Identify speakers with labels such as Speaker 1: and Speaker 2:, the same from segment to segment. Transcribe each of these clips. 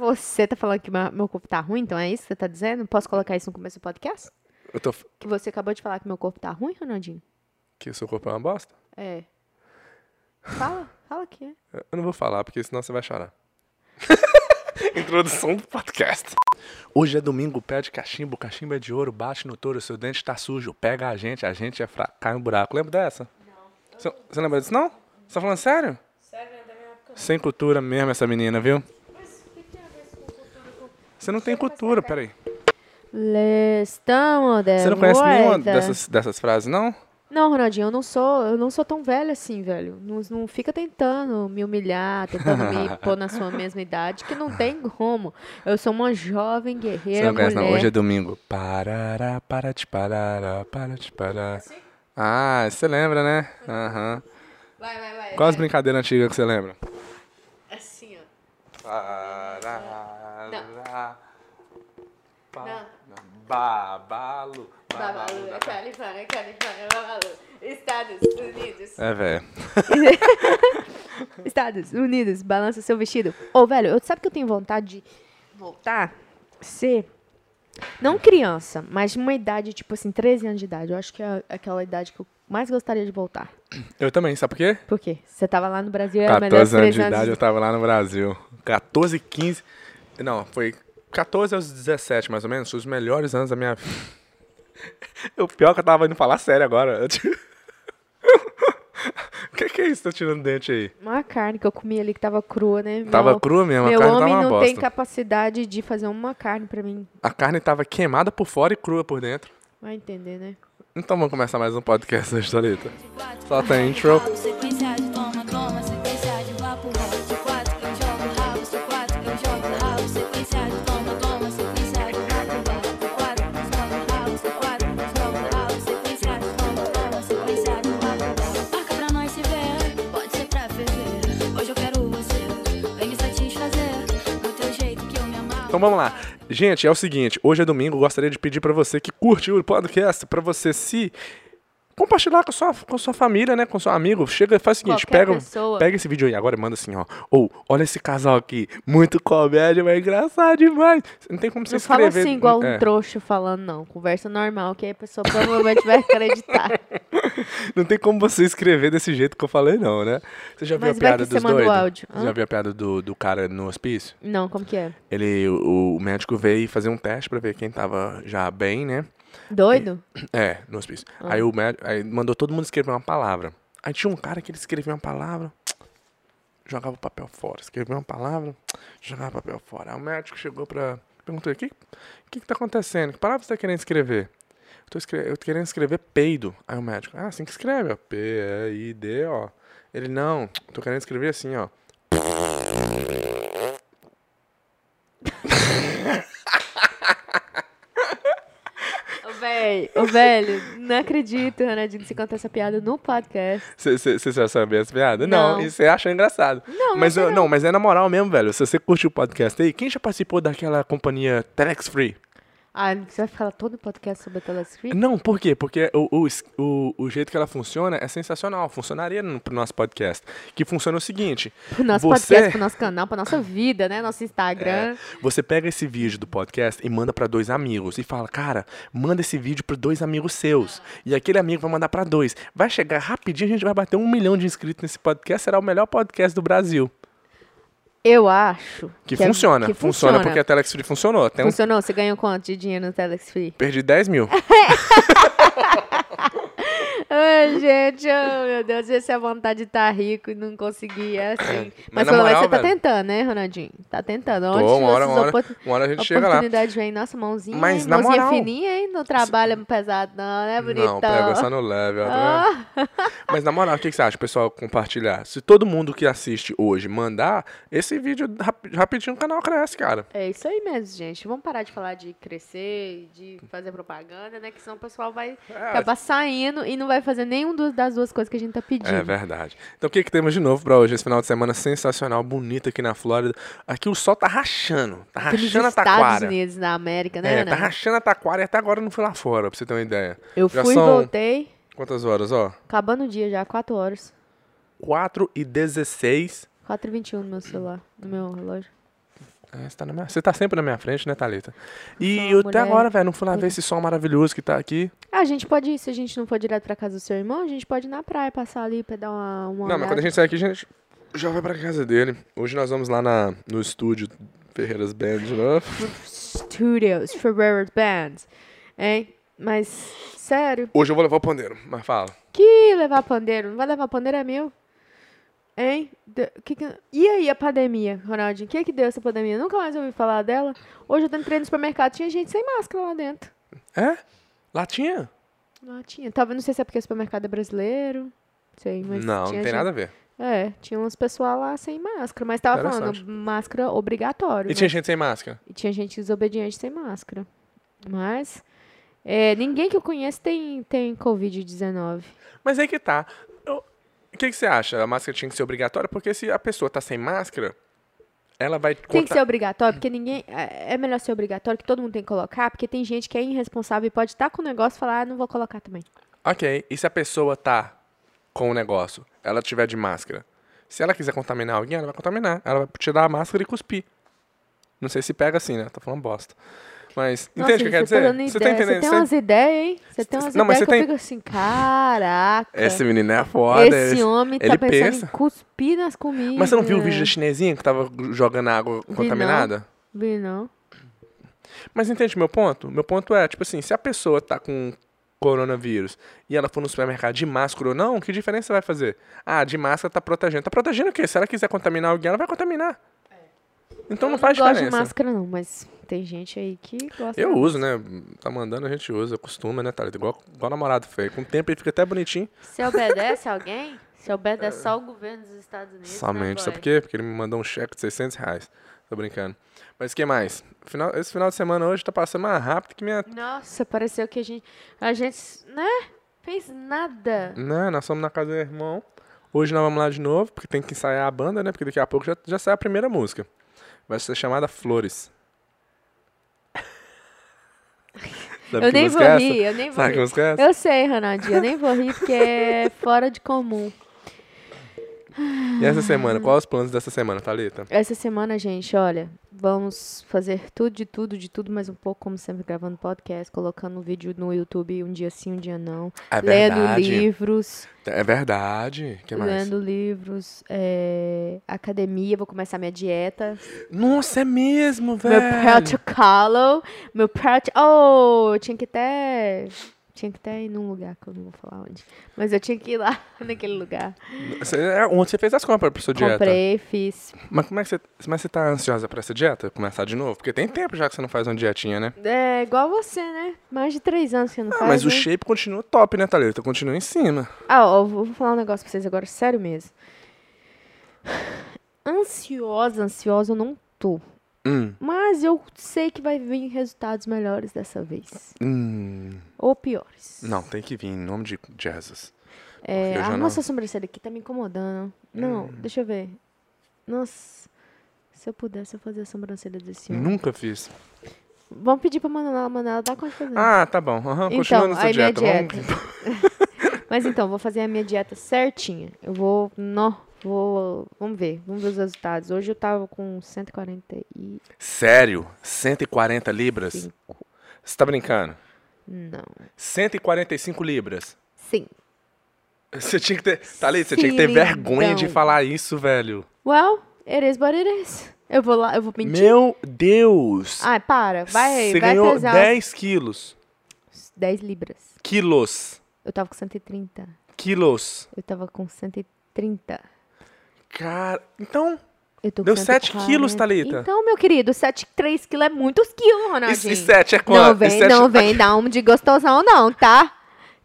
Speaker 1: Você tá falando que ma- meu corpo tá ruim, então é isso que você tá dizendo? Posso colocar isso no começo do podcast?
Speaker 2: Eu tô. f-
Speaker 1: Que você acabou de falar que meu corpo tá ruim, Ronaldinho?
Speaker 2: Que o seu corpo é uma bosta?
Speaker 1: É. Fala, fala que é.
Speaker 2: Eu não vou falar, porque senão você vai chorar. Introdução do podcast. Hoje é domingo, pé de cachimbo, cachimbo é de ouro, bate no touro, seu dente tá sujo, pega a gente, a gente é fraco, cai no buraco. Lembra dessa? Não. Você você lembra disso, não? Você tá falando sério? é Sem cultura mesmo essa menina, viu? Você não tem cultura, peraí.
Speaker 1: Lestamos de
Speaker 2: Você não conhece nenhuma
Speaker 1: vuelta.
Speaker 2: dessas, dessas frases, não?
Speaker 1: Não, Ronaldinho, eu não sou, eu não sou tão velha assim, velho. Não, não fica tentando me humilhar, tentando me pôr na sua mesma idade, que não tem como. Eu sou uma jovem
Speaker 2: Você
Speaker 1: guerreira
Speaker 2: não conhece,
Speaker 1: mulher.
Speaker 2: não. Hoje é domingo. Parará, para te parará, para te parar. Ah, você lembra, né? Aham.
Speaker 1: Vai, vai, vai.
Speaker 2: Qual as brincadeiras antigas que você lembra?
Speaker 1: Assim, ó.
Speaker 2: Parará. pa-
Speaker 1: Não.
Speaker 2: Babalu.
Speaker 1: Babalu,
Speaker 2: da-
Speaker 1: é Califórnia, Califórnia, Babalu. Estados Unidos.
Speaker 2: É, velho.
Speaker 1: Estados Unidos, balança seu vestido. Ô, velho, eu, sabe que eu tenho vontade de voltar a ser. Não criança, mas de uma idade, tipo assim, 13 anos de idade. Eu acho que é aquela idade que eu mais gostaria de voltar.
Speaker 2: Eu também, sabe por quê?
Speaker 1: Por quê? Você tava lá no Brasil e era É melhor
Speaker 2: 14 anos
Speaker 1: 13
Speaker 2: de idade eu tava lá no Brasil. 14, 15. Não, foi 14 aos 17, mais ou menos. Foi os melhores anos da minha vida. O pior é que eu tava indo falar sério agora. Eu te- O que, que é isso que tá tirando dente aí?
Speaker 1: Uma carne que eu comi ali que tava crua, né?
Speaker 2: Tava
Speaker 1: Meu-
Speaker 2: crua mesmo, a
Speaker 1: Meu
Speaker 2: carne
Speaker 1: homem
Speaker 2: tava uma
Speaker 1: não
Speaker 2: bosta.
Speaker 1: tem capacidade de fazer uma carne pra mim.
Speaker 2: A carne tava queimada por fora e crua por dentro.
Speaker 1: Vai entender, né? Então
Speaker 2: Então vamos começar mais um podcast hoje, Thalita. Solta a intro.
Speaker 3: Sequência de toma, toma, sequência de papo rola de quatro que eu jogo rabo, de quatro que eu jogo rabo, sequência de toma, toma, sequência de papo rola de quatro que eu jogo rabo, de quatro que eu jogo rabo, sequência de toma, toma, sequência de papo rola. Marca pra nós se ver, pode ser pra ferver. Hoje eu quero você, vem me satisfazer do teu jeito que eu me amarro.
Speaker 2: Então vamos lá. Gente, é o seguinte, hoje é domingo, gostaria de pedir pra você que curte o podcast, pra você se compartilhar com sua com sua família, né, com seu amigo. Chega, e faz o seguinte,
Speaker 1: Qualquer
Speaker 2: pega, um-
Speaker 1: pessoa.
Speaker 2: pega esse vídeo aí agora e manda assim, ó. Ou, olha esse casal aqui, muito comédia, mas engraçado demais. Não tem como você
Speaker 1: Não
Speaker 2: escrever.
Speaker 1: fala assim igual um
Speaker 2: é,
Speaker 1: trouxa falando, não. Conversa normal, que aí a pessoa provavelmente vai acreditar.
Speaker 2: Não tem como você escrever desse jeito que eu falei não, né? Você já viu
Speaker 1: Mas
Speaker 2: a
Speaker 1: vai
Speaker 2: piada
Speaker 1: que você
Speaker 2: dos
Speaker 1: manda o
Speaker 2: doidos?
Speaker 1: áudio,
Speaker 2: Você
Speaker 1: hã?
Speaker 2: já viu a piada do, do cara no hospício?
Speaker 1: Não, como que é?
Speaker 2: Ele, o, o médico veio fazer um teste pra ver quem tava já bem, né?
Speaker 1: Doido?
Speaker 2: É, no hospício. Aí o médico aí mandou todo mundo escrever uma palavra. Aí tinha um cara que ele escrevia uma palavra, jogava o papel fora. Escrevia uma palavra, jogava o papel fora. Aí o médico chegou pra. Perguntou: o que, que que tá acontecendo? Que palavra você tá querendo escrever? Eu tô, escre- eu tô querendo escrever peido. Aí o médico: ah, assim que escreve, ó. P-E-I-D, ó. Ele: não, tô querendo escrever assim, ó.
Speaker 1: Ô, velho, ô, velho, não acredito, Renadinho, você contar essa piada no podcast.
Speaker 2: Você já sabia essa piada?
Speaker 1: Não.
Speaker 2: Não. E você acha engraçado.
Speaker 1: Não,
Speaker 2: mas
Speaker 1: não
Speaker 2: eu- não, mas é na moral mesmo, velho. Se você curte o podcast aí, quem já participou daquela companhia Telex Free?
Speaker 1: Ah, você vai falar todo o podcast sobre a Telescreen?
Speaker 2: Não, por quê? Porque o, o, es- o, o jeito que ela funciona é sensacional. Funcionaria no, pro nosso podcast. Que funciona o seguinte.
Speaker 1: Pro nosso
Speaker 2: você, É.
Speaker 1: podcast, pro nosso canal, pra nossa vida, né? Nosso Instagram.
Speaker 2: Você pega esse vídeo do podcast e manda pra dois amigos e fala, cara, manda esse vídeo para dois amigos seus. E aquele amigo vai mandar pra dois. Vai chegar rapidinho, a gente vai bater um milhão de inscritos nesse podcast. Será o melhor podcast do Brasil.
Speaker 1: Eu acho.
Speaker 2: Que,
Speaker 1: é-
Speaker 2: funciona.
Speaker 1: que
Speaker 2: funciona. porque a Telex Free funcionou. Tem um-
Speaker 1: Funcionou? Você ganhou quanto de dinheiro no Telescreen?
Speaker 2: Perdi 10 mil.
Speaker 1: Ai, gente, oh, meu Deus, essa é a vontade de estar rico e não conseguir, é assim. Mas,
Speaker 2: Mas na
Speaker 1: pelo menos
Speaker 2: moral,
Speaker 1: você tá
Speaker 2: velho.
Speaker 1: tentando, né, Ronaldinho? Tá tentando.
Speaker 2: Tô,
Speaker 1: Onde
Speaker 2: uma hora,
Speaker 1: essas
Speaker 2: uma hora,
Speaker 1: opor-
Speaker 2: uma hora a gente chega lá.
Speaker 1: oportunidade vem, nossa, mãozinha,
Speaker 2: Mas
Speaker 1: hein?
Speaker 2: na
Speaker 1: mãozinha
Speaker 2: moral-
Speaker 1: fininha, hein? Não trabalha pesado, não, né, bonitão?
Speaker 2: Não, pega só no level.
Speaker 1: Ah.
Speaker 2: tá vendo? Mas na moral, o que, que você acha, pessoal, compartilhar? Se todo mundo que assiste hoje mandar, esse vídeo rap- rapidinho o canal cresce, cara.
Speaker 1: É isso aí mesmo, gente. Vamos parar de falar de crescer, de fazer propaganda, né? Que senão o pessoal vai
Speaker 2: É,
Speaker 1: acabar saindo e não vai fazer nenhum do- das duas coisas que a gente tá pedindo.
Speaker 2: É verdade. Então o que, que temos de novo pra hoje? Esse final de semana sensacional, bonito aqui na Flórida. Aqui o sol tá rachando. Tá
Speaker 1: Aqui nos
Speaker 2: rachando a
Speaker 1: Estados
Speaker 2: taquara.
Speaker 1: Unidos, na América, né,
Speaker 2: É,
Speaker 1: Ana?
Speaker 2: tá rachando a taquara e até agora eu não fui lá fora, pra você ter uma ideia.
Speaker 1: Eu
Speaker 2: Já
Speaker 1: fui e
Speaker 2: são-
Speaker 1: voltei,
Speaker 2: Quantas horas, ó?
Speaker 1: acabando o dia já, 4 horas.
Speaker 2: 4 e 16.
Speaker 1: 4h21 no meu celular, no meu relógio.
Speaker 2: É, você, tá na minha- você tá sempre na minha frente, né, Thalita? E
Speaker 1: Só
Speaker 2: eu
Speaker 1: mulher.
Speaker 2: até agora, velho, não fui lá ver esse som maravilhoso que tá aqui.
Speaker 1: Ah, a gente pode ir, se a gente não for direto pra casa do seu irmão, a gente pode ir na praia, passar ali, pra dar uma, uma
Speaker 2: não, mas quando a
Speaker 1: olhada.
Speaker 2: gente sair aqui, a gente já vai pra casa dele. Hoje nós vamos lá na, no estúdio Ferreiras Band, né?
Speaker 1: Studios, Ferreira's Bands, hein? Mas, sério,
Speaker 2: Hoje eu vou levar o pandeiro, mas fala.
Speaker 1: que levar pandeiro? Não vai levar pandeiro, é meu? Hein? De- que que- E aí a pandemia, Ronaldinho? O que que deu essa pandemia? Nunca mais ouvi falar dela. Hoje eu entrei no supermercado, tinha gente sem máscara lá dentro.
Speaker 2: É? Latinha?
Speaker 1: Lá tinha. Talvez, não sei se é porque o supermercado é brasileiro. Não sei, mas
Speaker 2: não, não
Speaker 1: tinha
Speaker 2: tem
Speaker 1: gente-
Speaker 2: nada a ver.
Speaker 1: É, tinha umas pessoas lá sem máscara, mas tava falando
Speaker 2: Interessante.
Speaker 1: máscara obrigatório.
Speaker 2: E
Speaker 1: né?
Speaker 2: tinha gente sem máscara?
Speaker 1: E tinha gente desobediente sem máscara. Mas é, ninguém que eu conheço tem, tem Covid-19.
Speaker 2: Mas aí que tá. Eu- O que, que você acha? A máscara tinha que ser obrigatória? Porque se a pessoa tá sem máscara, ela vai
Speaker 1: Tem que
Speaker 2: contar-
Speaker 1: ser obrigatório, porque ninguém. É é melhor ser obrigatório, que todo mundo tem que colocar, porque tem gente que é irresponsável e pode estar com o negócio e falar, ah, não vou colocar também.
Speaker 2: Ok, e se a pessoa tá com o negócio, ela tiver de máscara? Se ela quiser contaminar alguém, ela vai contaminar. Ela vai tirar a máscara e cuspir. Não sei se pega assim, né? Tá falando bosta. Mas, entende o que eu quero
Speaker 1: você tá
Speaker 2: dizer?
Speaker 1: dando
Speaker 2: Você tá
Speaker 1: ideia, Você
Speaker 2: entendendo?
Speaker 1: tem
Speaker 2: Você-
Speaker 1: umas ideias, hein? Você tem umas
Speaker 2: Não, mas
Speaker 1: ideias que
Speaker 2: você
Speaker 1: eu
Speaker 2: tem-
Speaker 1: fico assim, caraca.
Speaker 2: Esse menino é foda.
Speaker 1: esse homem tá
Speaker 2: ele
Speaker 1: pensando
Speaker 2: pensa.
Speaker 1: em cuspir nas comidas.
Speaker 2: Mas você não viu o vídeo da chinesinha que tava jogando água
Speaker 1: não.
Speaker 2: contaminada?
Speaker 1: Vi, não.
Speaker 2: Mas entende meu ponto? Meu ponto é, tipo assim, se a pessoa tá com coronavírus e ela for no supermercado de máscara ou não, que diferença vai fazer? Ah, de máscara tá protegendo. Tá protegendo o quê? Se ela quiser contaminar alguém, ela vai contaminar. Então não faz
Speaker 1: É. não gosto de
Speaker 2: diferença.
Speaker 1: máscara, assim. não, mas tem gente aí que gosta.
Speaker 2: Eu
Speaker 1: da
Speaker 2: uso, né? Tá mandando, a gente usa, costuma, né, Thalita? Igual, igual namorado feio. Com o tempo ele fica até bonitinho.
Speaker 4: Se obedece alguém, se obedece só o governo dos Estados Unidos. né,
Speaker 1: é
Speaker 2: Somente, sabe
Speaker 4: boy?
Speaker 2: por quê? Porque ele me mandou um cheque de 600 reais. Tô brincando. Mas o que mais? Final, esse final de semana hoje tá passando mais rápido que minha...
Speaker 1: Nossa, pareceu que a gente. A gente, né? Fez nada.
Speaker 2: Né, nós somos na casa do irmão. Hoje nós vamos lá de novo, porque tem que ensaiar a banda, né? Porque daqui a pouco já, já sai a primeira música. Vai ser chamada Flores. Sabe
Speaker 1: eu
Speaker 2: que
Speaker 1: nem vou
Speaker 2: música é essa?
Speaker 1: rir, eu nem vou
Speaker 2: Sabe que
Speaker 1: rir.
Speaker 2: música é essa?
Speaker 1: Eu sei, Ronaldinho, eu nem vou rir porque é fora de comum.
Speaker 2: E essa semana, quais os planos dessa semana, Thalita?
Speaker 1: Essa semana, gente, olha, vamos fazer tudo de tudo, de tudo, mais um pouco, como sempre, gravando podcast, colocando um vídeo no YouTube um dia sim, um dia não.
Speaker 2: É
Speaker 1: lendo
Speaker 2: verdade.
Speaker 1: livros.
Speaker 2: É verdade. O que mais?
Speaker 1: Lendo livros, é, academia, vou começar minha dieta.
Speaker 2: Nossa, é mesmo, velho.
Speaker 1: Meu protocolo, meu protocolo. Oh, eu tinha que até. Tinha que até ir num lugar que eu não vou falar onde. Mas eu tinha que ir lá naquele lugar.
Speaker 2: Você- é, Ontem você fez as compras pra sua dieta.
Speaker 1: tá- Comprei, fiz.
Speaker 2: Mas como é que você. Mas você tá ansiosa pra essa dieta? Começar de novo? Porque tem tempo já que você não faz uma dietinha, né?
Speaker 1: É igual você, né? Mais de três anos que eu não
Speaker 2: Ah,
Speaker 1: faz.
Speaker 2: mas o
Speaker 1: né?
Speaker 2: shape continua top, né, Thalita? Continua em cima.
Speaker 1: Ah, ó, eu vou vou falar um negócio pra vocês agora, sério mesmo. Ansiosa, ansiosa eu não tô.
Speaker 2: Hum.
Speaker 1: Mas eu sei que vai vir resultados melhores dessa vez.
Speaker 2: Hum.
Speaker 1: Ou piores.
Speaker 2: Não, tem que vir em nome de Jesus.
Speaker 1: É,
Speaker 2: Porque eu já
Speaker 1: arruma
Speaker 2: não- Hum.
Speaker 1: sua sobrancelha aqui, tá me incomodando. Não, deixa eu ver. Nossa, se eu pudesse eu fazia a sobrancelha desse homem.
Speaker 2: Nunca fiz.
Speaker 1: Vamos pedir pra Manuela, Manuela dá conta de fazer.
Speaker 2: Ah, tá bom. Aham, continua
Speaker 1: Então,
Speaker 2: na sua
Speaker 1: aí minha
Speaker 2: é dieta. Vamos...
Speaker 1: Mas então, vou fazer a minha dieta certinha. Eu vou, nó, vou, vamos ver, vamos ver os resultados. Hoje eu tava com 145,
Speaker 2: Sério? 140 libras? Você tá brincando?
Speaker 1: não,
Speaker 2: 145 libras.
Speaker 1: sim.
Speaker 2: Você tinha que ter. Thalita, você tinha que ter
Speaker 1: Cilindrão.
Speaker 2: vergonha de falar isso, velho.
Speaker 1: Well, it is what it is. Eu vou lá, eu vou mentir.
Speaker 2: Meu Deus!
Speaker 1: Ai, para, vai,
Speaker 2: você
Speaker 1: vai
Speaker 2: ganhou
Speaker 1: pesar
Speaker 2: 10 quilos.
Speaker 1: 10 libras.
Speaker 2: Quilos.
Speaker 1: Eu tava com 130,
Speaker 2: Quilos.
Speaker 1: eu tava com 130.
Speaker 2: Cara. Então,
Speaker 1: Eu tô
Speaker 2: Deu
Speaker 1: com
Speaker 2: sete
Speaker 1: 140.
Speaker 2: quilos, Thalita.
Speaker 1: Então, meu querido, 7, 3 quilos é muitos quilos,
Speaker 2: e,
Speaker 1: Ronaldinho.
Speaker 2: e 7 é quanto?
Speaker 1: não vem,
Speaker 2: E sete-
Speaker 1: não vem dar um de gostosão, não, tá?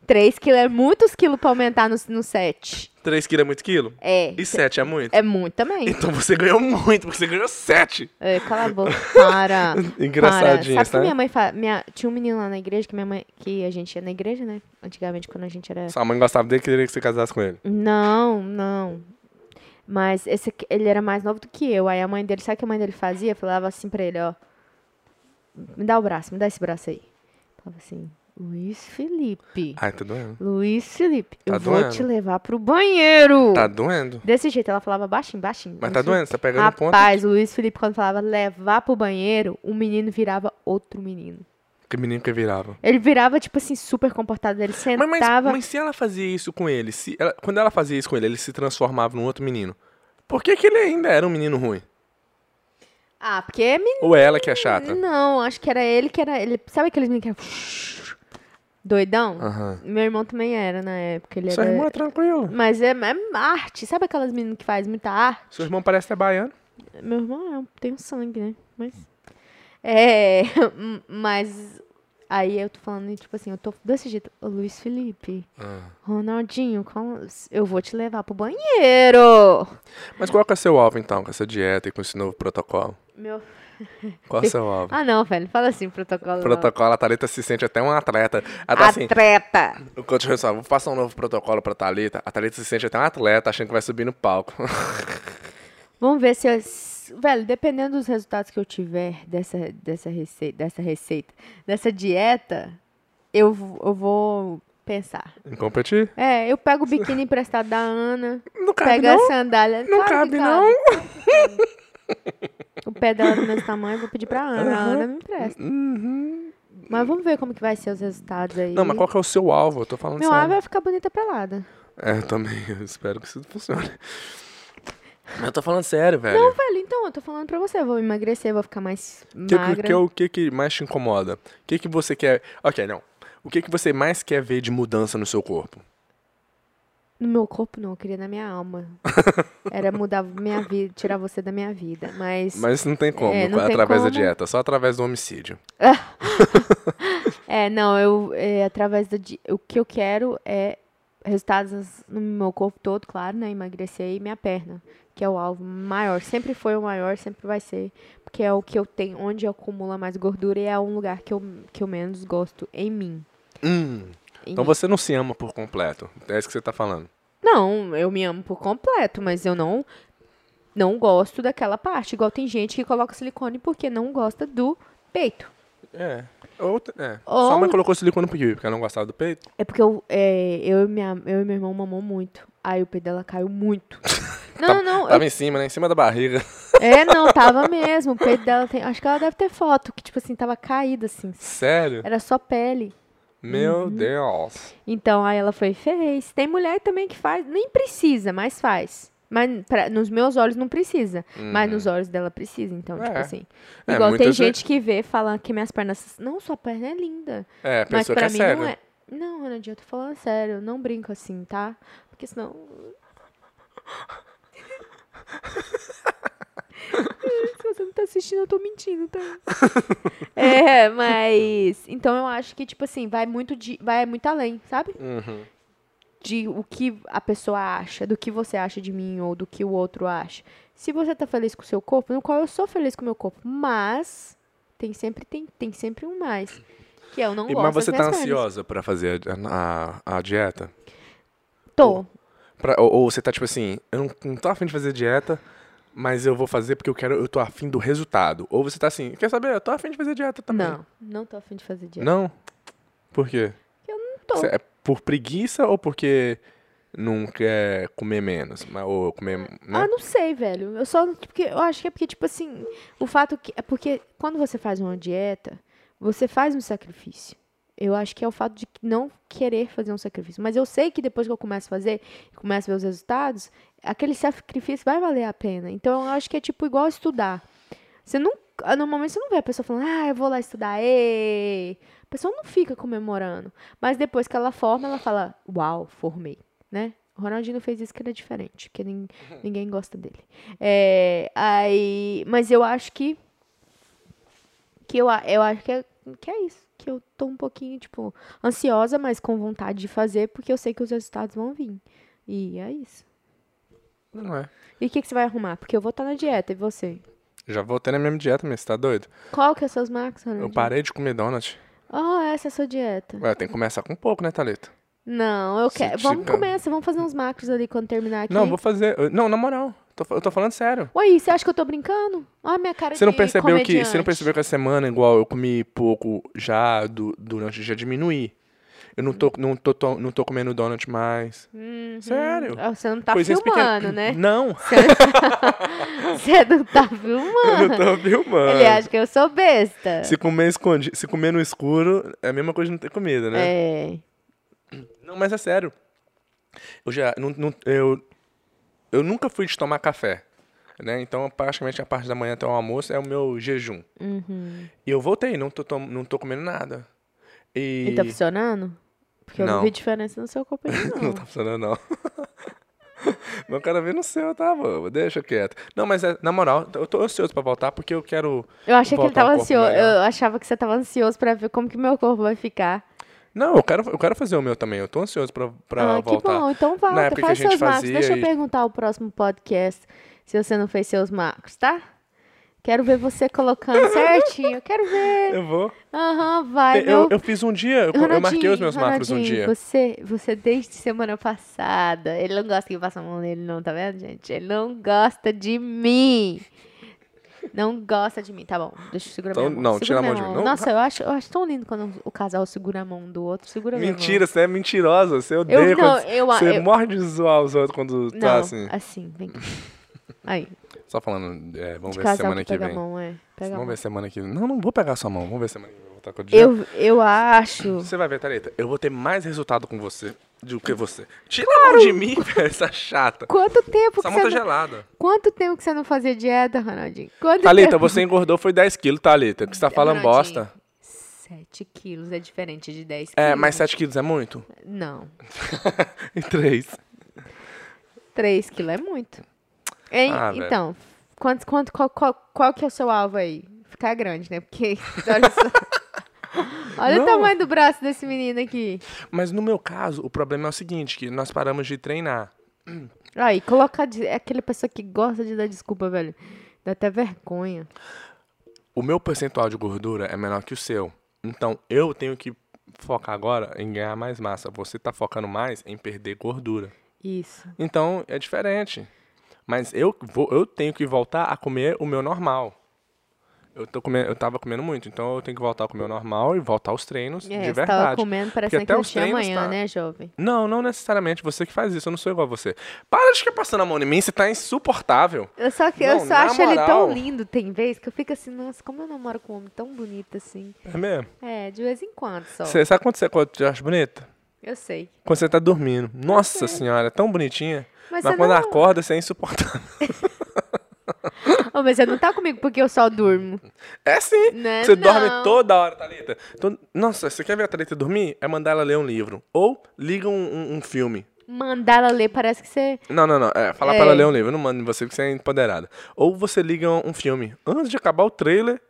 Speaker 1: 3 quilos é muitos quilos pra aumentar no, no 7.
Speaker 2: 3 quilos é muito quilo?
Speaker 1: É.
Speaker 2: E 7 é muito?
Speaker 1: É muito também.
Speaker 2: Então você ganhou muito, porque você ganhou 7.
Speaker 1: É, cala a boca. Para.
Speaker 2: Engraçadinho,
Speaker 1: para. Sabe que
Speaker 2: sabe?
Speaker 1: minha mãe fala. Minha, tinha um menino lá na igreja que minha mãe. Que a gente ia na igreja, né? Antigamente, quando a gente era.
Speaker 2: Sua mãe gostava dele e queria que você casasse com ele.
Speaker 1: Não, não. Mas esse, aqui- ele era mais novo do que eu. Aí a mãe dele, sabe o que a mãe dele fazia? Falava assim pra ele, ó. Me dá o braço, me dá esse braço aí. Falava assim, Luiz Felipe.
Speaker 2: Ai, tá doendo.
Speaker 1: Luiz Felipe,
Speaker 2: Tá
Speaker 1: eu vou
Speaker 2: doendo.
Speaker 1: te levar pro banheiro.
Speaker 2: Tá doendo?
Speaker 1: Desse jeito, ela falava baixinho, baixinho.
Speaker 2: Mas tá
Speaker 1: baixinho.
Speaker 2: doendo, você tá pegando ponto.
Speaker 1: Rapaz, o Luiz Felipe, quando falava levar pro banheiro, um menino virava outro menino.
Speaker 2: Que menino que virava.
Speaker 1: Ele virava, tipo assim, super comportado. Ele
Speaker 2: Mas,
Speaker 1: sentava.
Speaker 2: mas, mas se ela fazia isso com ele, se ela- quando ela fazia isso com ele, ele se transformava num outro menino. Por que, que ele ainda era um menino ruim?
Speaker 1: Ah, porque é menino.
Speaker 2: Ou é ela que é chata?
Speaker 1: Não, acho que era ele que era. Ele... Sabe aqueles meninos que era. Doidão?
Speaker 2: Aham.
Speaker 1: Meu irmão também era na época. Ele
Speaker 2: Seu
Speaker 1: era...
Speaker 2: irmão é tranquilo.
Speaker 1: Mas é, é arte. Sabe aquelas meninas que fazem muita arte?
Speaker 2: Seu irmão parece ser baiano.
Speaker 1: Meu irmão é, um- tem um sangue, né? Mas. É. Mas. Aí eu tô falando, tipo assim, eu tô desse jeito. Ô, Luiz Felipe, Ronaldinho, como- eu vou te levar pro banheiro.
Speaker 2: Mas qual que é seu alvo, então, com essa dieta e com esse novo protocolo?
Speaker 1: Meu...
Speaker 2: Qual é o seu alvo?
Speaker 1: Ah, não, velho. Fala assim, protocolo.
Speaker 2: Protocolo, a Thalita se sente até uma atleta. Ela
Speaker 1: Ah,
Speaker 2: tá assim,
Speaker 1: Atleta.
Speaker 2: o coach falou assim, "Ó, vou passar um novo protocolo pra Thalita. A Thalita se sente até uma atleta, achando que vai subir no palco.
Speaker 1: Vamos ver se. eu- se- Velho, dependendo dos resultados que eu tiver dessa, dessa, receita, dessa receita, dessa dieta, eu, v- eu vou pensar.
Speaker 2: Em competir?
Speaker 1: É, eu pego o biquíni emprestado da Ana.
Speaker 2: Não cabe,
Speaker 1: Pega
Speaker 2: não.
Speaker 1: a sandália.
Speaker 2: Não
Speaker 1: Claro que
Speaker 2: cabe, não.
Speaker 1: O pé dela é do mesmo tamanho, eu vou pedir pra Ana. A Ana me empresta.
Speaker 2: Uhum.
Speaker 1: Mas vamos ver como que vai ser os resultados aí.
Speaker 2: Não, mas qual que é o seu alvo? Eu tô falando
Speaker 1: Meu
Speaker 2: sério.
Speaker 1: ave vai ficar bonita pelada.
Speaker 2: É, eu também. Eu espero que isso funcione. Mas eu tô falando sério, velho.
Speaker 1: Não, velho, então, eu tô falando pra você. Eu vou emagrecer, eu vou ficar mais
Speaker 2: O que, que,
Speaker 1: magra.
Speaker 2: que, é o que, que mais te incomoda? O que, que você quer. Ok, não. O que, que você mais quer ver de mudança no seu corpo?
Speaker 1: No meu corpo, não. Eu queria na minha alma. Era mudar minha vida, tirar você da minha vida. Mas,
Speaker 2: Mas não tem como,
Speaker 1: É, não tem
Speaker 2: através
Speaker 1: como.
Speaker 2: da dieta, só através do homicídio.
Speaker 1: é, não, eu, é, através da... di- O que eu quero é resultados no meu corpo todo, claro, né? Emagrecer e minha perna, que é o alvo maior. Sempre foi o maior, sempre vai ser. Porque é o que eu tenho, onde acumula mais gordura e é um lugar que eu, que eu menos gosto em mim.
Speaker 2: Hum.
Speaker 1: Em
Speaker 2: Então
Speaker 1: mim.
Speaker 2: você não se ama por completo. É isso que você tá falando.
Speaker 1: Não, eu me amo por completo, mas eu não não gosto daquela parte. Igual tem gente que coloca silicone porque não gosta do peito.
Speaker 2: É. Ou, é.
Speaker 1: Ou-
Speaker 2: Sua mãe colocou silicone pro Yui, porque ela não gostava do peito.
Speaker 1: É porque eu, é, eu, e minha, eu e meu irmão mamou muito. Aí o peito dela caiu muito. Não, não, não.
Speaker 2: Tava em cima, né? Em cima da barriga.
Speaker 1: eu- é, não, tava mesmo. O peito dela tem. Acho que ela deve ter foto, que, tipo assim, tava caído, assim.
Speaker 2: Sério?
Speaker 1: Era só pele.
Speaker 2: Meu
Speaker 1: Uhum.
Speaker 2: Deus.
Speaker 1: Então, aí ela foi e fez. Tem mulher também que faz, nem precisa, mas faz. Mas pra- nos meus olhos não precisa.
Speaker 2: Hum.
Speaker 1: Mas nos olhos dela precisa, então, tipo
Speaker 2: Uhum. É.
Speaker 1: assim.
Speaker 2: É,
Speaker 1: Igual tem
Speaker 2: muitas ve-
Speaker 1: gente que vê e fala que minhas pernas. Não, sua perna é linda.
Speaker 2: É,
Speaker 1: Mas
Speaker 2: pensou que
Speaker 1: pra
Speaker 2: é
Speaker 1: mim
Speaker 2: sério.
Speaker 1: não é. Não, Ronaldinho, eu tô falando sério. Não brinco assim, tá? Porque senão. Se você não tá assistindo, eu tô mentindo, tá? é, mas. Então eu acho que, tipo assim, vai muito, de... vai muito além, sabe?
Speaker 2: Uhum.
Speaker 1: de o que a pessoa acha, do que você acha de mim ou do que o outro acha. Se você tá feliz com o seu corpo, no qual eu sou feliz com o meu corpo, mas tem sempre tem, tem sempre um mais, que eu não
Speaker 2: E-
Speaker 1: gosto.
Speaker 2: mas
Speaker 1: das
Speaker 2: você tá
Speaker 1: minhas pernas.
Speaker 2: ansiosa pra fazer a, a, a dieta?
Speaker 1: Tô.
Speaker 2: Pra- ou, ou você tá tipo assim, eu não, não tô afim de fazer dieta, mas eu vou fazer porque eu quero, eu tô afim do resultado. Ou você tá assim, quer saber? Eu tô afim de fazer dieta também.
Speaker 1: Não, não tô afim de fazer dieta.
Speaker 2: Não? Por quê?
Speaker 1: Eu não tô.
Speaker 2: Cê- é por preguiça ou porque não quer comer menos? Mas- Ou comer. Né?
Speaker 1: Ah, não sei, velho. Eu só porque eu acho que é porque tipo assim, o fato que é porque quando você faz uma dieta, você faz um sacrifício. Eu acho que é o fato de não querer fazer um sacrifício. Mas eu sei que depois que eu começo a fazer, começo a ver os resultados, aquele sacrifício vai valer a pena. Então eu acho que é tipo igual estudar. Você não, ah, normalmente você não vê a pessoa falando, ah, eu vou lá estudar, ê. A pessoa não fica comemorando. Mas depois que ela forma, ela fala, uau, formei, né? O Ronaldinho fez isso que era diferente, que nin- ninguém gosta dele. É, aí, mas eu acho que que eu, a- eu acho que é, que é isso, que eu tô um pouquinho tipo ansiosa, mas com vontade de fazer, porque eu sei que os resultados vão vir. E é isso.
Speaker 2: Não é.
Speaker 1: E o que, que você vai arrumar? Porque eu vou estar na dieta e você.
Speaker 2: Já voltei na mesma dieta, mas você tá doido?
Speaker 1: Qual que é os seus marcos,
Speaker 2: Eu
Speaker 1: Ronaldinho?
Speaker 2: parei de comer donut.
Speaker 1: Ah, essa é a sua dieta.
Speaker 2: Ué, tem que começar com pouco, né, Thalita?
Speaker 1: Não, eu
Speaker 2: Se
Speaker 1: quero.
Speaker 2: te
Speaker 1: Vamos
Speaker 2: dá-
Speaker 1: começar, vamos fazer uns macros ali quando terminar aqui.
Speaker 2: Não, vou fazer. eu- Não, na moral. Tô fa- eu tô falando sério.
Speaker 1: Ué, você acha que eu tô brincando? Olha a minha cara
Speaker 2: Você não
Speaker 1: de
Speaker 2: percebeu que você não
Speaker 1: comediante.
Speaker 2: percebeu que essa semana igual eu comi pouco já du- durante já diminui. Eu não tô não tô, tô- não tô comendo donut mais. Sério? é,
Speaker 1: Ah, Você não tá
Speaker 2: Coisinhas
Speaker 1: filmando,
Speaker 2: pequenas.
Speaker 1: né?
Speaker 2: Não,
Speaker 1: Você não tá
Speaker 2: eu
Speaker 1: filmando.
Speaker 2: não tô filmando.
Speaker 1: Ele é acha que eu sou besta.
Speaker 2: Se comer escondido, se comer no escuro, é a mesma coisa de não ter comida, né?
Speaker 1: É.
Speaker 2: Não, mas é sério. Eu já não, não- eu eu nunca fui de tomar café, né? Então, praticamente a parte da manhã até o almoço é o meu jejum.
Speaker 1: Uhum.
Speaker 2: E eu voltei, não tô tom- não tô comendo nada. E,
Speaker 1: E tá funcionando? Porque eu não
Speaker 2: Não.
Speaker 1: vi diferença no seu corpo ainda, não.
Speaker 2: Não tá funcionando, não. Mas eu quero ver no seu, tá, bobo? Deixa quieto. Não, mas é- na moral, eu tô ansioso pra voltar porque eu quero.
Speaker 1: Eu achei que ele
Speaker 2: voltar um
Speaker 1: tava
Speaker 2: corpo
Speaker 1: ansioso.
Speaker 2: melhor.
Speaker 1: Eu achava que você tava ansioso pra ver como que meu corpo vai ficar.
Speaker 2: Não, eu quero, eu quero fazer o meu também. Eu tô ansioso pra, pra
Speaker 1: ah,
Speaker 2: voltar.
Speaker 1: que bom. Então volta,
Speaker 2: Na época que a
Speaker 1: faz
Speaker 2: gente
Speaker 1: seus marcos.
Speaker 2: fazia
Speaker 1: Deixa eu
Speaker 2: e-
Speaker 1: perguntar o próximo podcast se você não fez seus marcos, tá? Quero ver você colocando certinho. Eu Quero ver.
Speaker 2: Eu vou.
Speaker 1: Aham, vai.
Speaker 2: eu,
Speaker 1: meu-
Speaker 2: eu fiz um dia, eu, eu marquei os meus macros um
Speaker 1: Ronaldinho,
Speaker 2: dia.
Speaker 1: Você, você desde semana passada. Ele não gosta que eu passe a mão nele, não, tá vendo, gente? Ele não gosta de mim. Não gosta de mim. Tá bom, deixa eu segurar
Speaker 2: Então,
Speaker 1: minha mão.
Speaker 2: não,
Speaker 1: Segura
Speaker 2: tira a
Speaker 1: minha
Speaker 2: mão de mim. Não,
Speaker 1: Nossa, eu acho, eu acho tão lindo quando o casal segura a mão um do outro. Segura minha mão.
Speaker 2: Mentira, você é mentirosa. Você odeia
Speaker 1: Eu não,
Speaker 2: quando.
Speaker 1: eu
Speaker 2: você
Speaker 1: eu-
Speaker 2: morre de zoar os outros quando
Speaker 1: Não,
Speaker 2: tá assim.
Speaker 1: vem cá. Aí,
Speaker 2: Só falando, é, vamos
Speaker 1: de
Speaker 2: ver
Speaker 1: casal
Speaker 2: semana
Speaker 1: que
Speaker 2: que
Speaker 1: pega a
Speaker 2: vem.
Speaker 1: mão, é. Pega a
Speaker 2: Vamos
Speaker 1: mão.
Speaker 2: ver semana que vem. Não, não vou pegar sua mão. Vamos ver semana que vem. eu Vou voltar com o dia.
Speaker 1: Eu, eu acho.
Speaker 2: Você vai ver, Thalita, eu vou ter mais resultado com você do que você. Tira a mão de mim, velho, essa chata.
Speaker 1: Quanto tempo que
Speaker 2: Essa mão tá
Speaker 1: você não...
Speaker 2: gelada.
Speaker 1: Quanto tempo que você não fazia dieta, Ronaldinho? Quanto
Speaker 2: Thalita,
Speaker 1: tempo?
Speaker 2: você engordou foi 10 quilos, Thalita.
Speaker 1: É
Speaker 2: Que você tá falando
Speaker 1: Ronaldinho,
Speaker 2: bosta.
Speaker 1: 7 quilos é diferente de 10 quilos.
Speaker 2: É, mas 7 quilos é muito?
Speaker 1: Não.
Speaker 2: E 3.
Speaker 1: 3 quilos é muito. Hein?
Speaker 2: Ah, velho.
Speaker 1: então, quanto, quanto, qual, qual, qual que é o seu alvo aí? Ficar grande, né? Porque, olha só. Olha
Speaker 2: Não.
Speaker 1: o tamanho do braço desse menino aqui.
Speaker 2: Mas no meu caso, o problema é o seguinte, que nós paramos de treinar.
Speaker 1: Aí, coloca... de- É aquela pessoa que gosta de dar desculpa, velho. Dá até vergonha.
Speaker 2: O meu percentual de gordura é menor que o seu. Então, eu tenho que focar agora em ganhar mais massa. Você tá focando mais em perder gordura.
Speaker 1: Isso.
Speaker 2: Então é diferente. Mas eu, vou, eu tenho que voltar a comer o meu normal. Eu, tô comendo, eu tava comendo muito, então eu tenho que voltar a comer o normal e voltar aos treinos
Speaker 1: É,
Speaker 2: de
Speaker 1: você tava
Speaker 2: verdade.
Speaker 1: comendo,
Speaker 2: Porque
Speaker 1: parecendo que
Speaker 2: até
Speaker 1: não
Speaker 2: os
Speaker 1: tinha
Speaker 2: treinos
Speaker 1: amanhã,
Speaker 2: tá-
Speaker 1: né, jovem?
Speaker 2: Não, não necessariamente você que faz isso, eu não sou igual a você. Para de ficar passando a mão em mim, você tá insuportável.
Speaker 1: Eu só, que- eu
Speaker 2: Não,
Speaker 1: só
Speaker 2: na
Speaker 1: acho ele tão
Speaker 2: moral.
Speaker 1: lindo, tem vez, que eu fico assim, nossa, como eu namoro com um homem tão bonito assim.
Speaker 2: É mesmo?
Speaker 1: É, de vez em quando só.
Speaker 2: Você sabe quando você quando te acha bonita?
Speaker 1: Eu sei.
Speaker 2: Quando você tá dormindo. Nossa senhora, é tão bonitinha.
Speaker 1: Mas
Speaker 2: Mas,
Speaker 1: você
Speaker 2: quando
Speaker 1: não-
Speaker 2: acorda, você é insuportável.
Speaker 1: Ô, mas você não tá comigo porque eu só durmo.
Speaker 2: É sim.
Speaker 1: Né?
Speaker 2: Você
Speaker 1: Não.
Speaker 2: dorme toda hora, Thalita. Então, nossa, você quer ver a Thalita dormir? É mandar ela ler um livro. Ou liga um, um- um filme.
Speaker 1: Mandar ela ler, parece que você.
Speaker 2: Não, não, não. É, falar
Speaker 1: É.
Speaker 2: pra ela ler um livro. Eu Não mando em você porque você é empoderada. Ou você liga um, um filme. Antes de acabar o trailer,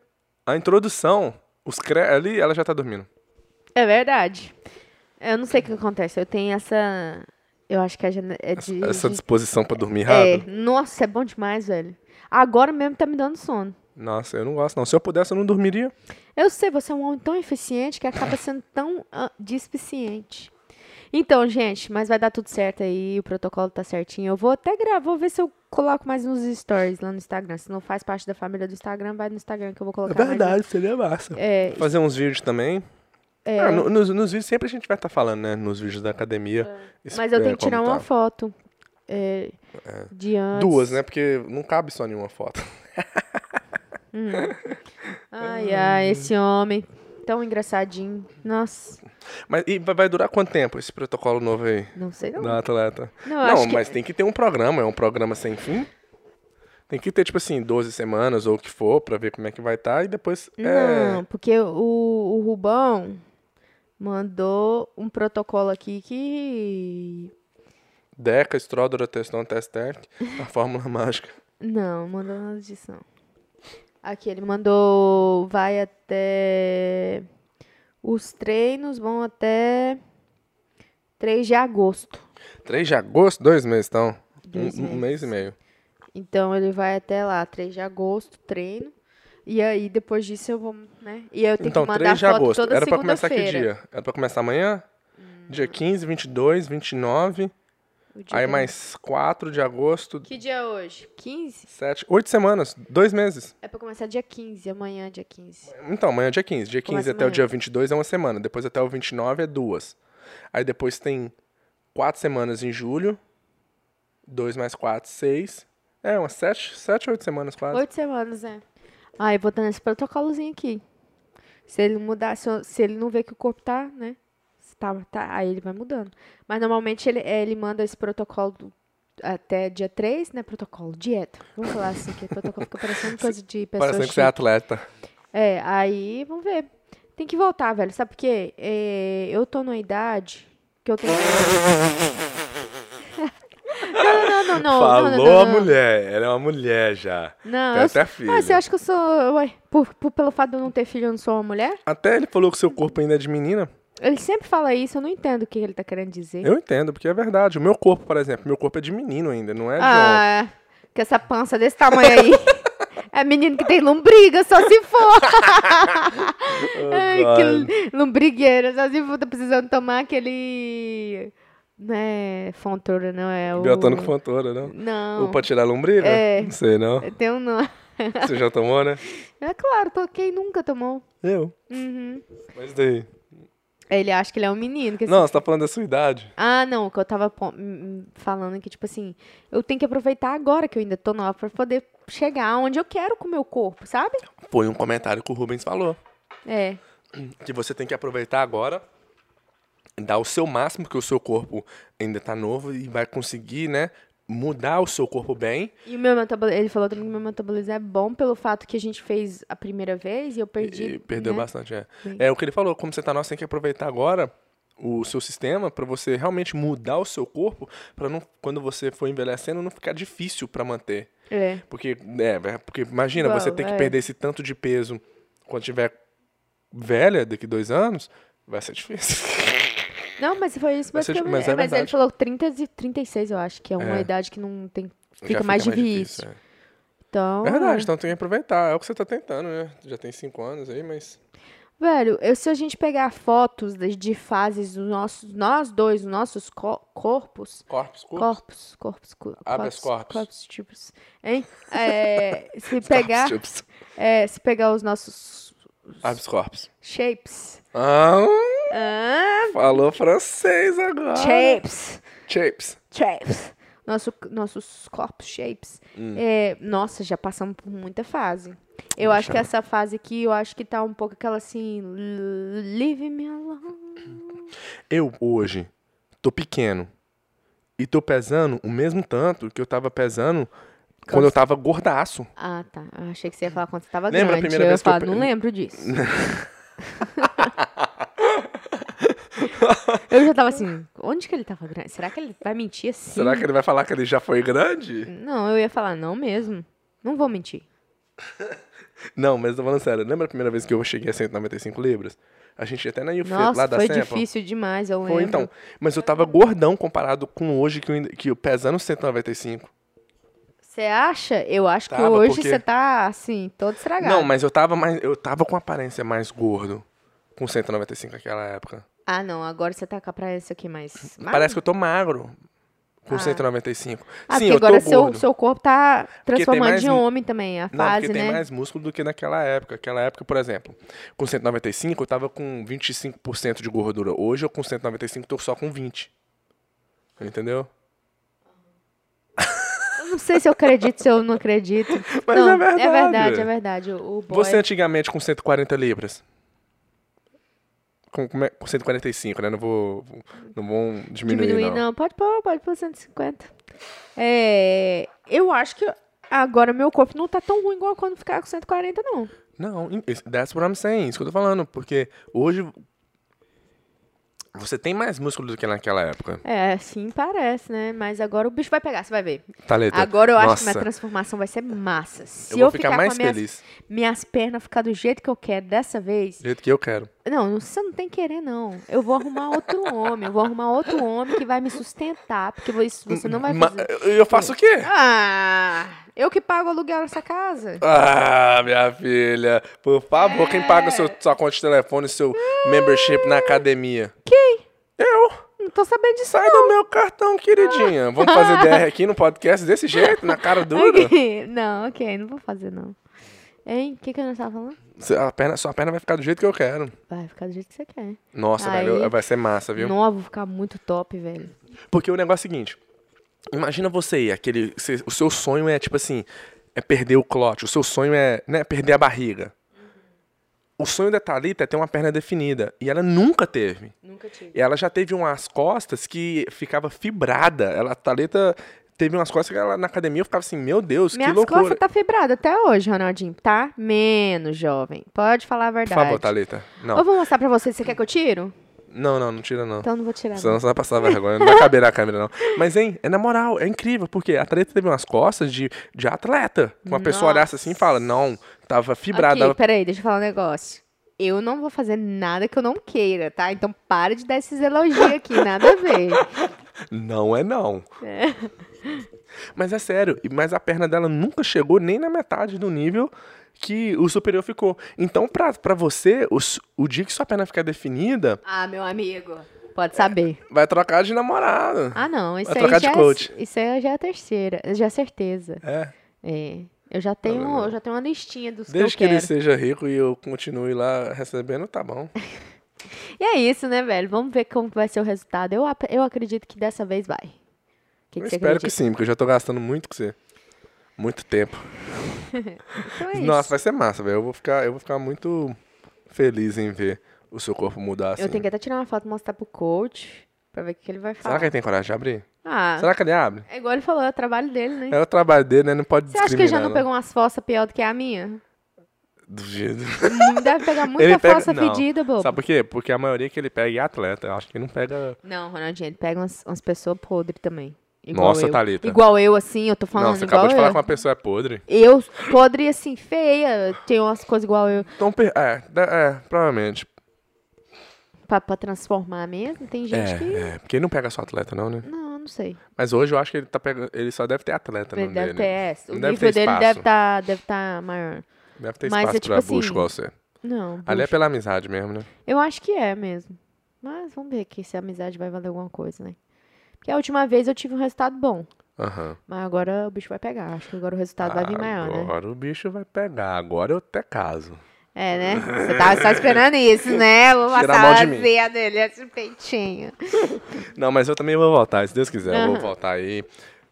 Speaker 2: a introdução, os cre... ali, ela já tá dormindo.
Speaker 1: É verdade. Eu não sei o que acontece. Eu tenho essa. Eu acho que a Jana é de.
Speaker 2: Essa
Speaker 1: de-
Speaker 2: disposição pra dormir
Speaker 1: é.
Speaker 2: rápido.
Speaker 1: Nossa, é bom demais, velho. Agora mesmo tá me dando sono.
Speaker 2: Nossa, eu não gosto, não. Se eu pudesse, eu não dormiria.
Speaker 1: Eu sei, você é um homem tão eficiente que acaba sendo tão ah, dispiciente. Então, gente, mas vai dar tudo certo aí, o protocolo tá certinho. Eu vou até gravar, vou ver se eu coloco mais nos stories lá no Instagram. Se não faz parte da família do Instagram, vai no Instagram que eu vou colocar mais no-
Speaker 2: É seria massa.
Speaker 1: É,
Speaker 2: Fazer uns vídeos também. Ah, no- nos, nos vídeos sempre a gente vai estar falando, né? Nos vídeos da academia. Isso,
Speaker 1: mas eu
Speaker 2: é,
Speaker 1: tenho que
Speaker 2: como
Speaker 1: tirar
Speaker 2: tá.
Speaker 1: uma foto é, de antes.
Speaker 2: Duas, né? Porque não cabe só nenhuma foto.
Speaker 1: Ai, ai, esse homem tão engraçadinho. Nossa,
Speaker 2: Mas e vai vai durar quanto tempo esse protocolo novo aí?
Speaker 1: não sei não.
Speaker 2: Da atleta.
Speaker 1: Não, eu
Speaker 2: Não,
Speaker 1: acho que-
Speaker 2: mas tem que ter um programa, é um programa sem fim. Tem que ter, tipo assim, 12 semanas ou o que for, pra ver como é que vai estar. e depois. É...
Speaker 1: Não, porque o, o Rubão mandou um protocolo aqui que.
Speaker 2: Deca, Stródora, Testão, Testec, a fórmula mágica.
Speaker 1: Não, mandou nada disso não. Aqui, ele mandou. Vai até. Os treinos vão até 3 de agosto.
Speaker 2: 3 de agosto, dois meses, então.
Speaker 1: Dois
Speaker 2: um, um mês
Speaker 1: meses.
Speaker 2: e meio.
Speaker 1: Então ele vai até lá, 3 de agosto, treino. E aí, depois disso, eu vou, né? E aí eu tenho
Speaker 2: Então,
Speaker 1: que mandar
Speaker 2: 3 de
Speaker 1: foto
Speaker 2: agosto.
Speaker 1: toda
Speaker 2: Era pra começar que
Speaker 1: segunda-feira.
Speaker 2: dia? Era pra começar amanhã? Dia 15, 22, 29.
Speaker 1: O dia
Speaker 2: Aí
Speaker 1: da-
Speaker 2: mais 4 de agosto,
Speaker 1: Que dia é hoje? 15?
Speaker 2: 7, 8 semanas, 2 meses.
Speaker 1: É pra começar dia 15, amanhã dia 15.
Speaker 2: Então, amanhã é dia 15. Dia 15
Speaker 1: Começa
Speaker 2: até o
Speaker 1: amanhã.
Speaker 2: dia 22 é uma semana. Depois até o 29 é duas. Aí depois tem quatro semanas em julho. 2 mais 4, 6. É, umas 7, 7 8 semanas quase.
Speaker 1: Oito semanas, né? Ah, eu vou estar nesse protocolozinho aqui. Se ele mudar, se, eu- se ele não ver que o corpo tá, né? se Tá, tá, aí ele vai mudando. Mas normalmente ele, é, ele manda esse protocolo do- até dia 3, né? Protocolo, dieta. Vamos falar assim, que protocolo fica parecendo coisa de pessoa
Speaker 2: Parecendo que você é
Speaker 1: chique.
Speaker 2: atleta.
Speaker 1: É, aí vamos ver. Tem que voltar, velho. Sabe por quê? É, eu tô numa idade que eu tô. não, não, não, não, não.
Speaker 2: Falou
Speaker 1: não, não, não,
Speaker 2: a
Speaker 1: não.
Speaker 2: mulher. Tá, Ela é uma mulher já.
Speaker 1: Não,
Speaker 2: Tem
Speaker 1: eu
Speaker 2: até
Speaker 1: sou- Ah, você
Speaker 2: filho.
Speaker 1: acha que eu sou. Ué, por, por- pelo fato de eu não ter filho, eu não sou uma mulher?
Speaker 2: Até ele falou que seu corpo ainda é de menina.
Speaker 1: Ele sempre fala isso, eu não entendo o que ele tá querendo dizer.
Speaker 2: Eu entendo, porque é verdade. O meu corpo, por exemplo, meu corpo é de menino ainda, não é de homem.
Speaker 1: ah, é. que essa pança desse tamanho aí. é menino que tem lombriga, só se for.
Speaker 2: Oh,
Speaker 1: Ai, que l- lombrigueira, só se for. Tá precisando tomar aquele. Não é Fontoura, não é? O...
Speaker 2: Biotônico Fontoura, não?
Speaker 1: Não.
Speaker 2: Ou pra né? tirar a lombriga?
Speaker 1: É.
Speaker 2: Não sei, não.
Speaker 1: Tem um nome.
Speaker 2: Você já tomou, né?
Speaker 1: É claro, tô- quem nunca tomou?
Speaker 2: Eu.
Speaker 1: Uhum.
Speaker 2: Mas daí?
Speaker 1: Ele acha que ele é um menino. Que esse
Speaker 2: Não, você tá falando da sua idade.
Speaker 1: Ah, não, o que eu tava pon- hum, hum, falando que, tipo assim, eu tenho que aproveitar agora que eu ainda tô nova pra poder chegar onde eu quero com o meu corpo, sabe?
Speaker 2: Foi um comentário que o Rubens falou.
Speaker 1: É.
Speaker 2: Que você tem que aproveitar agora, dar o seu máximo, que o seu corpo ainda tá novo e vai conseguir, né? Mudar o seu corpo bem.
Speaker 1: E o meu metabolismo, ele falou também que o meu metabolismo é bom pelo fato que a gente fez a primeira vez e eu perdi.
Speaker 2: E perdeu
Speaker 1: né?
Speaker 2: bastante, é.
Speaker 1: Sim.
Speaker 2: É o que ele falou, como você tá nova, você tem que aproveitar agora o seu sistema pra você realmente mudar o seu corpo, para não quando você for envelhecendo não ficar difícil pra manter.
Speaker 1: É.
Speaker 2: Porque, é, vé- porque imagina,
Speaker 1: Igual,
Speaker 2: você tem que
Speaker 1: é.
Speaker 2: perder esse tanto de peso quando tiver velha, daqui dois anos, vai ser difícil.
Speaker 1: Não, mas foi isso
Speaker 2: Mas você-
Speaker 1: basicamente.
Speaker 2: mas é
Speaker 1: mas ele
Speaker 2: verdade.
Speaker 1: falou 30 e 36, eu acho, que é uma
Speaker 2: É.
Speaker 1: idade que não tem.
Speaker 2: Já
Speaker 1: Fica, mais, difícil.
Speaker 2: é.
Speaker 1: Então.
Speaker 2: É verdade, então tem que aproveitar. É o que você tá tentando, né? Já tem cinco anos aí, mas.
Speaker 1: Velho, eu- se a gente pegar fotos de, de fases dos nossos, nós dois, dos nossos co- corpos,
Speaker 2: Corpos, corpos.
Speaker 1: Corpos, corpos, corpos.
Speaker 2: Habeas corpus.
Speaker 1: Corpos, tipos. Hein? É, se, pegar, é, se pegar os nossos
Speaker 2: Abs corpos.
Speaker 1: shapes.
Speaker 2: Ah,
Speaker 1: Ah,
Speaker 2: falou francês agora.
Speaker 1: shapes.
Speaker 2: Shapes.
Speaker 1: Shapes. Nosso, nossos corpos, shapes.
Speaker 2: Hum.
Speaker 1: É, nossa, já passamos por muita fase. Eu acho que
Speaker 2: Já.
Speaker 1: essa fase aqui, eu acho que tá um pouco aquela assim. l- Leave me alone.
Speaker 2: Eu hoje tô pequeno e tô pesando o mesmo tanto que eu tava pesando quando eu tava gordaço.
Speaker 1: Ah, tá. Eu achei que você ia falar quando você tava
Speaker 2: Lembra
Speaker 1: grande.
Speaker 2: a primeira
Speaker 1: eu ia
Speaker 2: vez que eu
Speaker 1: falar,
Speaker 2: pe-
Speaker 1: não lembro disso. eu já tava assim, onde que ele tava grande? Será que ele vai mentir assim?
Speaker 2: Será que ele vai falar que ele já foi grande?
Speaker 1: Não, eu ia falar, não mesmo. Não vou mentir.
Speaker 2: Não, mas tô falando sério. Lembra a primeira vez que eu cheguei a 195 libras? A gente ia até na UFIT,
Speaker 1: Nossa,
Speaker 2: lá da
Speaker 1: foi
Speaker 2: Sampa.
Speaker 1: difícil demais, eu lembro.
Speaker 2: Foi então. Mas eu tava gordão comparado com hoje, que eu, ainda- que eu pesando 195.
Speaker 1: Você acha? Eu acho que
Speaker 2: Tava,
Speaker 1: hoje
Speaker 2: porque-
Speaker 1: você tá, assim, todo estragado.
Speaker 2: Não, mas eu tava mais. Eu tava com aparência mais gordo com 195 naquela época.
Speaker 1: Ah, não, agora você tá com a aparência aqui mais...
Speaker 2: Parece que eu tô magro com
Speaker 1: Ah.
Speaker 2: 195.
Speaker 1: Ah,
Speaker 2: Sim,
Speaker 1: porque
Speaker 2: eu
Speaker 1: agora
Speaker 2: tô
Speaker 1: seu,
Speaker 2: gordo.
Speaker 1: seu corpo tá transformando
Speaker 2: mais
Speaker 1: de
Speaker 2: mu-
Speaker 1: homem também, a
Speaker 2: Não,
Speaker 1: fase,
Speaker 2: porque tem
Speaker 1: né?
Speaker 2: mais músculo do que naquela época. Aquela época, por exemplo, com 195 eu tava com 25% de gordura. Hoje eu com 195 tô só com 20. Entendeu?
Speaker 1: Eu não sei se eu acredito, se eu não acredito.
Speaker 2: Mas
Speaker 1: não,
Speaker 2: é verdade.
Speaker 1: É verdade, é verdade. O o boy...
Speaker 2: Você antigamente com 140 libras? Com, como é- com 145, né? Não vou não vou diminuir,
Speaker 1: diminuir,
Speaker 2: não.
Speaker 1: não. Pode pôr, pode pôr 150. É, eu acho que agora meu corpo não tá tão ruim igual quando ficar com 140, não.
Speaker 2: Não, in- is- that's what I'm saying, isso que eu tô falando, porque hoje você tem mais músculo do que naquela época.
Speaker 1: É, assim parece, né? Mas agora o bicho vai pegar, você vai ver.
Speaker 2: Taleta.
Speaker 1: Agora eu acho que
Speaker 2: nossa,
Speaker 1: minha transformação vai ser massa. Se
Speaker 2: tá, eu
Speaker 1: eu,
Speaker 2: vou ficar, mais
Speaker 1: com as minhas,
Speaker 2: feliz,
Speaker 1: minhas pernas ficar do jeito que eu quero dessa vez,
Speaker 2: do jeito que eu quero.
Speaker 1: Não, não- você não tem que querer, não. Eu vou arrumar outro homem. Eu vou arrumar outro homem que vai me sustentar. Porque vo- isso você não vai
Speaker 2: Ma-
Speaker 1: fazer.
Speaker 2: eu- eu faço o quê?
Speaker 1: Ah! Eu que pago o aluguel nessa casa.
Speaker 2: Ah, minha filha, por favor, quem paga seu, sua conta de telefone, seu membership na academia? Quem? Eu.
Speaker 1: Não tô sabendo disso.
Speaker 2: Sai do meu cartão, queridinha. Vamos fazer DR aqui no podcast desse jeito, na cara dura.
Speaker 1: Ok. Não, ok, não vou fazer, não. Hein? O que, que eu não tava falando?
Speaker 2: Cê- A perna, sua perna vai ficar do jeito que eu quero.
Speaker 1: Vai ficar do jeito que você quer.
Speaker 2: Nossa,
Speaker 1: Aí-
Speaker 2: velho, vai ser massa, viu?
Speaker 1: Não, eu vou ficar muito top, velho.
Speaker 2: Porque o negócio é o seguinte. Imagina você aí, aquele. cê- o seu sonho é, tipo assim, é perder o clote. O seu sonho é, né, perder a barriga. O sonho da Thalita é ter uma perna definida. E ela nunca teve.
Speaker 1: Nunca tive.
Speaker 2: E ela já teve umas costas que ficava fibrada. Ela, a Thalita teve umas costas que ela, na academia eu ficava assim, meu Deus,
Speaker 1: Minhas
Speaker 2: que loucura.
Speaker 1: costas tá fibrada até hoje, Ronaldinho. Tá menos, jovem. Pode falar a
Speaker 2: Por
Speaker 1: verdade.
Speaker 2: favor, Thalita.
Speaker 1: Eu
Speaker 2: Não.
Speaker 1: vou mostrar pra você. Você quer que eu tiro?
Speaker 2: Não, não, não tira, não.
Speaker 1: Então eu não vou tirar.
Speaker 2: Senão você vai passar vergonha, não vai caber na câmera, não. Mas, hein, é na moral, é incrível, porque a Thalita teve umas costas de, de atleta. Uma pessoa olhasse assim e fala, não, tava
Speaker 1: Aqui,
Speaker 2: tá fibrada. né?
Speaker 1: peraí, deixa eu falar um negócio. Eu não vou fazer nada que eu não queira, tá? Então para de dar esses elogios aqui, nada a ver.
Speaker 2: Não é não.
Speaker 1: É.
Speaker 2: Mas é sério, e- mas a perna dela nunca chegou nem na metade do nível que o superior ficou. Então, pra, pra você, o, s- o dia que sua perna ficar definida,
Speaker 1: Ah, meu amigo, pode saber.
Speaker 2: vai trocar de namorado.
Speaker 1: Ah, não, isso
Speaker 2: Vai
Speaker 1: aí
Speaker 2: trocar de
Speaker 1: já
Speaker 2: coach.
Speaker 1: é, isso aí já é a terceira, já é certeza.
Speaker 2: É,
Speaker 1: É. Eu já tenho, eu já tenho uma listinha dos
Speaker 2: Tá desde
Speaker 1: que
Speaker 2: que
Speaker 1: eu
Speaker 2: ele
Speaker 1: quero.
Speaker 2: seja rico e eu continue lá recebendo, tá bom.
Speaker 1: E é isso, né, velho? Vamos ver como que vai ser o resultado. Eu, ap- eu acredito que dessa vez vai. O que,
Speaker 2: eu
Speaker 1: que você
Speaker 2: espero
Speaker 1: acredita?
Speaker 2: que sim, porque eu já tô gastando muito com você. Muito tempo.
Speaker 1: Então é isso.
Speaker 2: Nossa, vai ser massa, velho. Eu vou ficar, eu vou ficar muito feliz em ver o seu corpo mudar assim.
Speaker 1: eu tenho que até tirar uma foto e mostrar pro coach pra ver o que, que ele vai falar.
Speaker 2: Será que ele tem coragem de abrir?
Speaker 1: Ah,
Speaker 2: Será que ele abre?
Speaker 1: é igual ele falou, é o trabalho dele, né?
Speaker 2: É o trabalho dele, né? Não pode
Speaker 1: Você acha que ele já
Speaker 2: discriminar. né?
Speaker 1: não pegou umas fossas pior do que a minha?
Speaker 2: Do jeito.
Speaker 1: Não Deve pegar muita
Speaker 2: Ele pega-
Speaker 1: fossa
Speaker 2: não.
Speaker 1: fedida, bobo.
Speaker 2: Sabe por quê? Porque a maioria que ele pega é atleta. Eu acho que ele não pega.
Speaker 1: Não, Ronaldinho, ele pega umas, umas pessoas podres também. Igual
Speaker 2: Nossa,
Speaker 1: eu.
Speaker 2: Thalita.
Speaker 1: Igual eu, assim, eu tô falando
Speaker 2: não, você
Speaker 1: igual
Speaker 2: acabou de falar
Speaker 1: eu.
Speaker 2: que uma pessoa é podre.
Speaker 1: Eu, podre, assim, feia, tem umas coisas igual eu.
Speaker 2: Então, per- é, da- é, provavelmente.
Speaker 1: Pra, pra transformar mesmo, tem gente que...
Speaker 2: É, é, porque ele não pega só atleta, não, né?
Speaker 1: Não, não sei.
Speaker 2: Mas hoje eu acho que ele tá pegando. Ele só deve ter atleta no
Speaker 1: Ele
Speaker 2: nome
Speaker 1: deve ter
Speaker 2: dele.
Speaker 1: essa. O
Speaker 2: Não deve
Speaker 1: nível
Speaker 2: ter
Speaker 1: dele
Speaker 2: espaço.
Speaker 1: deve tá, deve tá maior.
Speaker 2: Deve ter
Speaker 1: Mas é
Speaker 2: espaço
Speaker 1: tipo
Speaker 2: pra
Speaker 1: assim,
Speaker 2: bucho igual você.
Speaker 1: Não,
Speaker 2: Ali é
Speaker 1: bucha.
Speaker 2: pela amizade mesmo, né?
Speaker 1: Eu acho que é mesmo. Mas vamos ver aqui se a amizade vai valer alguma coisa, né? Porque a última vez eu tive um resultado bom.
Speaker 2: Aham.
Speaker 1: Mas agora o bicho vai pegar. Acho que agora o resultado vai vir maior, né?
Speaker 2: Agora o bicho vai pegar. Agora eu até caso.
Speaker 1: É, né? Você tava só esperando isso, né? Vou
Speaker 2: Tirar
Speaker 1: passar
Speaker 2: mal
Speaker 1: a
Speaker 2: de mim.
Speaker 1: ceia dele, esse peitinho.
Speaker 2: Não, mas eu também vou voltar, se Deus quiser. Eu
Speaker 1: Aham.
Speaker 2: vou voltar aí.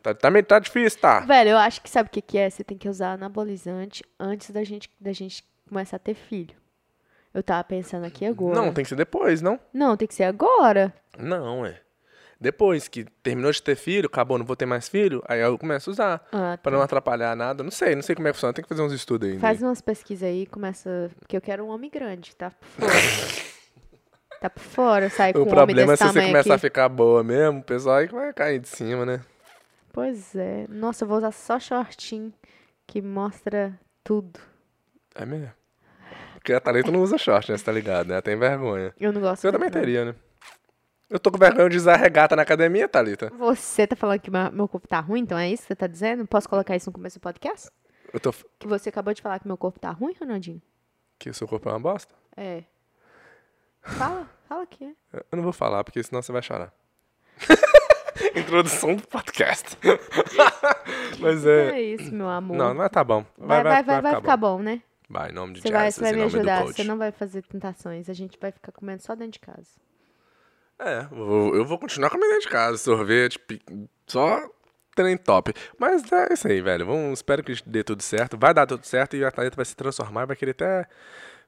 Speaker 2: Tá, tá, meio- tá difícil, tá?
Speaker 1: Velho, eu acho que sabe o que, que é? Você tem que usar anabolizante antes da gente, da gente começar a ter filho. Eu tava pensando aqui agora.
Speaker 2: Não, tem que ser depois, não?
Speaker 1: Não, tem que ser agora.
Speaker 2: Não, é. Depois que terminou de ter filho, acabou, não vou ter mais filho, aí eu começo a usar.
Speaker 1: Ah,
Speaker 2: Pra não atrapalhar nada. Não sei, não sei como é que funciona. Tem que fazer uns estudos né? ainda.
Speaker 1: Faz um umas pesquisas aí, começa. Porque eu quero um homem grande, tá por fora. tá por fora, sai com
Speaker 2: o
Speaker 1: um homem
Speaker 2: problema é
Speaker 1: desse
Speaker 2: se você
Speaker 1: tamanho
Speaker 2: começar a
Speaker 1: aqui.
Speaker 2: ficar boa mesmo, o pessoal aí que vai cair de cima, né?
Speaker 1: Pois é. Nossa, eu vou usar só shortinho que mostra tudo.
Speaker 2: É mesmo. Porque a Thalita não usa short, né? Você tá ligado, né? Ela tem vergonha.
Speaker 1: Eu não gosto
Speaker 2: Eu também
Speaker 1: muito, não.
Speaker 2: teria, né? Eu tô com vergonha de usar regata na academia, Thalita.
Speaker 1: Você tá falando que meu meu corpo tá ruim, então é isso que você tá dizendo? Posso colocar isso no começo do podcast?
Speaker 2: Eu tô.
Speaker 1: Que você acabou de falar que meu corpo tá ruim, Ronaldinho?
Speaker 2: Que o seu corpo é uma bosta?
Speaker 1: É. Fala, fala que é.
Speaker 2: Eu não vou falar, porque senão você vai chorar. Introdução do podcast. Mas
Speaker 1: É
Speaker 2: é.
Speaker 1: isso, meu amor.
Speaker 2: Não, mas tá bom.
Speaker 1: vai, vai, vai, vai ficar
Speaker 2: bom.
Speaker 1: bom, né?
Speaker 2: Vai, em nome de
Speaker 1: Você vai,
Speaker 2: Jesus,
Speaker 1: você é vai
Speaker 2: em
Speaker 1: me
Speaker 2: nome do
Speaker 1: ajudar,
Speaker 2: coach.
Speaker 1: você não vai fazer tentações. A gente vai ficar comendo só dentro de casa.
Speaker 2: É, eu, eu vou continuar comendo dentro de casa, sorvete, pi- só trem top. Mas é isso aí, velho. Vamos, espero que dê tudo certo. Vai dar tudo certo e a Thalita vai se transformar e vai querer até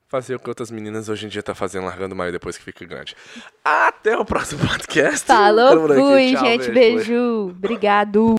Speaker 2: fazer o que outras meninas hoje em dia tá fazendo, largando o marido depois que fica grande. Até o próximo podcast.
Speaker 1: Falou,
Speaker 2: Tamo por aqui.
Speaker 1: fui,
Speaker 2: Tchau,
Speaker 1: gente.
Speaker 2: beijo.
Speaker 1: beijo. Obrigado.